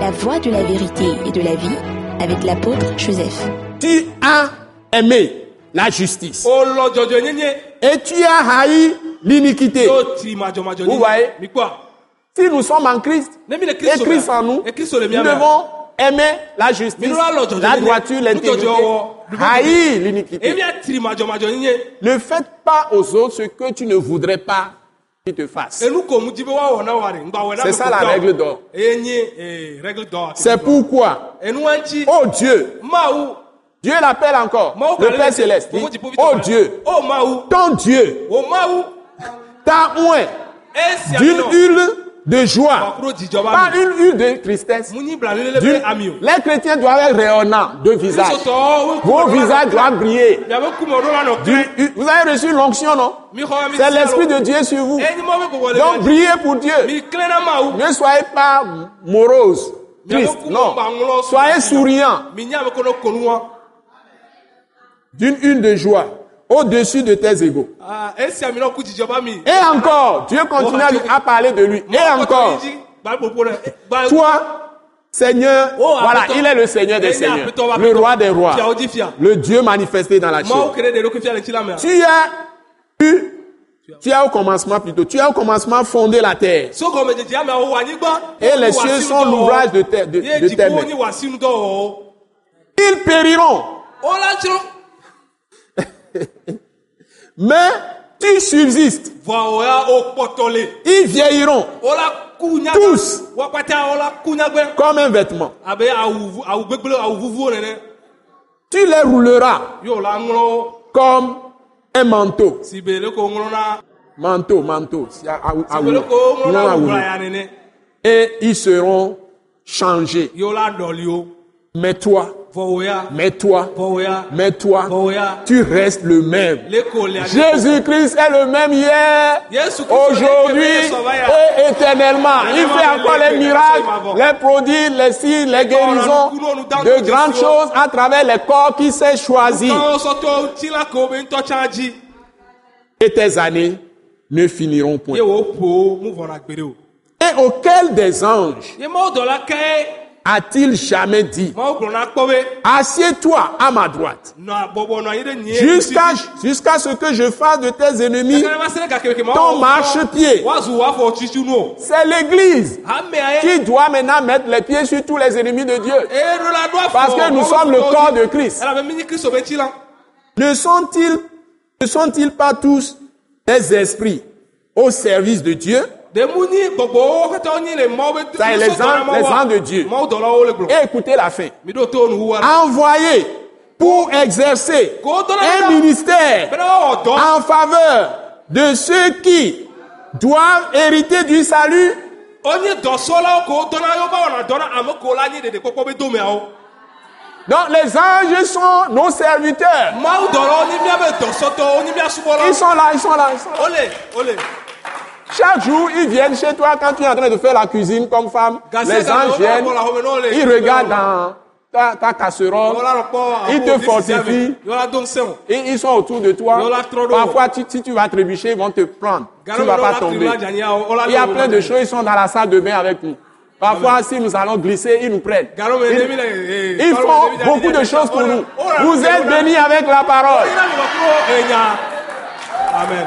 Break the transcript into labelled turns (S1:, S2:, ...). S1: la voie de la vérité et de la vie avec l'apôtre Joseph.
S2: Tu as aimé la justice
S3: ó lọ́jọjọ nyẹ́nyẹ́
S2: et tu as haï l'iniquité.
S3: yóò ti màjọmàjọ
S2: Vous voyez?
S3: Mais quoi
S2: Si nous sommes en Christ,
S3: Ne mi le
S2: et
S3: Christ
S2: Christ
S3: au
S2: en
S3: bien.
S2: nous,
S3: Et Christ au le bien
S2: nous
S3: bien.
S2: devons aimer la justice,
S3: Mais nous allons aujourd'hui
S2: la
S3: aimer.
S2: droiture,
S3: Nous
S2: l'intégrité,
S3: aujourd'hui,
S2: haïr
S3: èmi
S2: l'iniquité.
S3: á tiri màjọmàjọ nyẹ́nyẹ́
S2: Ne faites pas aux autres ce que tu ne voudrais pas qu'ils te fassent.
S3: enu kò mu jibe wa wọ̀ náà wà rẹ̀ ńgbà wẹ̀ náà
S2: C'est
S3: ló
S2: ça
S3: kò
S2: la
S3: dán.
S2: règle d'or.
S3: Enyi, eh, règle d'or.
S2: C'est pourquoi,
S3: Enu wa ń jí
S2: oh Dieu,
S3: máa wu
S2: Dieu l'appelle encore,
S3: máa wu
S2: le
S3: kàlẹ́
S2: Père
S3: lẹ́sẹ̀.
S2: Céleste, dit,
S3: Fòfó ti pófí
S2: oh
S3: tọ̀kàlẹ́.
S2: Dieu,
S3: Ó máa wu
S2: ton Dieu,
S3: ó máa wu
S2: ta moins
S3: ẹ̀ ń ṣe
S2: d'une
S3: àfihàn
S2: huile de joie,
S3: ọ̀kúrò jìjọba
S2: pas
S3: mi.
S2: une huile de tristesse.
S3: Mu ní ìbìlà lélẹ́fẹ̀ẹ́
S2: d'une-
S3: àmì o.
S2: Les chrétiens doivent être rayonnants de visage.
S3: Miso tɔ, wo-
S2: Vos visages doivent briller.
S3: Mi abe kumo ɖo la nɔ
S2: Du-
S3: kle.
S2: u- Vous avez reçu l'onction, non
S3: Mi xɔ mi
S2: C'est
S3: sia
S2: l'Esprit de
S3: lo.
S2: Dieu sur vous.
S3: Enyi mɔ mi gbogbo le
S2: Donc,
S3: mi.
S2: brillez pour Dieu.
S3: Mi kle na ma wu.
S2: Ne soyez pas morose,
S3: Mi abe
S2: triste,
S3: kumo
S2: non.
S3: ba ŋlɔ su.
S2: Soyez souriant,
S3: Mi nya mi ko ne konu wa.
S2: d'une une de joie, au-dessus de tes égaux.
S3: Ah, esia mi na ku jìjọba mi.
S2: Et encore, Dieu continue à, lui- à parler de lui. Et encore,
S3: Ba popo rɛ. Ba
S2: toi, Seigneur,
S3: Oh,
S2: voilà,
S3: appelle-toi.
S2: il est le Seigneur des
S3: Eh,
S2: seigneurs,
S3: appelle-toi,
S2: le
S3: appelle-toi.
S2: roi des rois,
S3: Fia, odi fia.
S2: le Dieu manifesté dans la
S3: Mawu
S2: chair.
S3: kere de ɖokui fia le ŋuti la mea.
S2: Tu as eu, tu as au commencement plutôt, tu as au commencement fondé la terre.
S3: Sogɔme dzedze amea wɔ anyigba.
S2: Et les
S3: Wɔ
S2: cieux
S3: asinu
S2: sont
S3: dɔ
S2: l'ouvrage
S3: wɔwɔ.
S2: de tes- de-
S3: Ye
S2: de tes
S3: dziƒo
S2: mains.
S3: nye wɔ asinu dɔ wɔwɔ.
S2: Ils périront,
S3: O la tsrɔ.
S2: mais tu subsistes.
S3: Vɔa o ya o kpɔtɔ le.
S2: Ils vieilliront
S3: O la ku nyagbe.
S2: Tous.
S3: Wo akpata o la ku nyagbe.
S2: comme un vêtement.
S3: Abe awu vu- awu gbegble awu vuvuwo nene.
S2: Tu les rouleras
S3: Yo o la ŋlɔ wo.
S2: comme un manteau.
S3: Si be le ko ŋlɔ na.
S2: Manteau, manteau. si- ah, ah, ah,
S3: Si be le ko
S2: non,
S3: ŋlɔ na
S2: ah,
S3: awu
S2: ah,
S3: wlaya nene.
S2: Et ils seront changés.
S3: Yo o la dɔli o.
S2: Mais toi,
S3: Vɔ o ya.
S2: mais toi,
S3: Vɔ o ya.
S2: mais
S3: Vɔ
S2: toi,
S3: o ya.
S2: tu restes le même.
S3: Le ko le.
S2: Jésus-Christ est le même hier,
S3: Jésus-Christ
S2: aujourd'hui oh,
S3: est le même
S2: et éternellement. Il fait encore les miracles, les prodiges, les signes, les guérisons, de grandes choses à travers les corps qui s'est choisi.
S3: Kan o sɔtɔ o ti la ko o be ŋutɔ tsa dzi.
S2: Et tes années ne finiront point.
S3: Ye wo po mu vɔna gbe de
S2: oh.
S3: o.
S2: Et auquel des anges
S3: Ye mawu dɔla
S2: eh,
S3: kɛ.
S2: a-t-il jamais dit,
S3: Mawu gblɔ na kpɔ be.
S2: assieds-toi à ma droite,
S3: Nɔ bɔbɔ nɔ anyi ɖe nyi.
S2: jusqu'à jusqu'à ce que je fasse de tes ennemis. Ton
S3: Ton
S2: marchepied.
S3: Wazu wa fɔ tutu nu o.
S2: C'est l'Église
S3: Amea ye.
S2: qui doit maintenant mettre les pieds sur tous les ennemis de Dieu.
S3: Ero la do afɔ.
S2: Parce que nous sommes le corps de Christ.
S3: Ela bɛ mini Kristo bɛ tsi la.
S2: Ne sont-ils ne sont-ils pas tous des esprits au service de Dieu
S3: Demu ni
S2: oh,
S3: gbɔgbɔwo katã nyi le mɔ bɛ.
S2: Ça, les anges- les anges de Dieu.
S3: Mɔ dɔlawo le gblɔ.
S2: Et écoutez la fin.
S3: Mi do to nu wa.
S2: Envoyés pour exercer
S3: Qu'on donne
S2: un
S3: la-
S2: ministère
S3: Bɛnɛ wa wɔ dɔ.
S2: en faveur de ceux qui doivent hériter du salut.
S3: O nye dɔsɔlawo ko dɔna yɔ ba wɔna dɔna ame ko la nye dede kpɔkpɔ bɛ do meawo.
S2: Donc les anges sont nos serviteurs.
S3: Mawu dɔlawo ni mía bɛ dɔsɔtɔwo ni mía
S2: Ils
S3: subɔlawo.
S2: sont là, ils sont là, ils sont là.
S3: Ole ole.
S2: Chaque jour, ils viennent chez toi quand tu es en train de faire la cuisine comme femme.
S3: Gasi
S2: les
S3: gasi,
S2: anges
S3: on va
S2: viennent,
S3: voir la home, non, les-
S2: ils regardent dans ta, ta casserole.
S3: Yɔ la lɔ kpɔ.
S2: Il te fortifie.
S3: Yɔ la don sɛn o.
S2: Et ils sont autour de toi.
S3: Yo, la trodo.
S2: Parfois, tu- si tu vas trébucher, ils vont te prendre. tu ne vas pas tomber. Il y a plein de choses, ils sont dans la salle de bain avec nous. Parfois, si nous allons glisser, ils nous prennent. Ils, ils font beaucoup de choses pour nous. Vous êtes bénis avec la parole.
S3: Amen.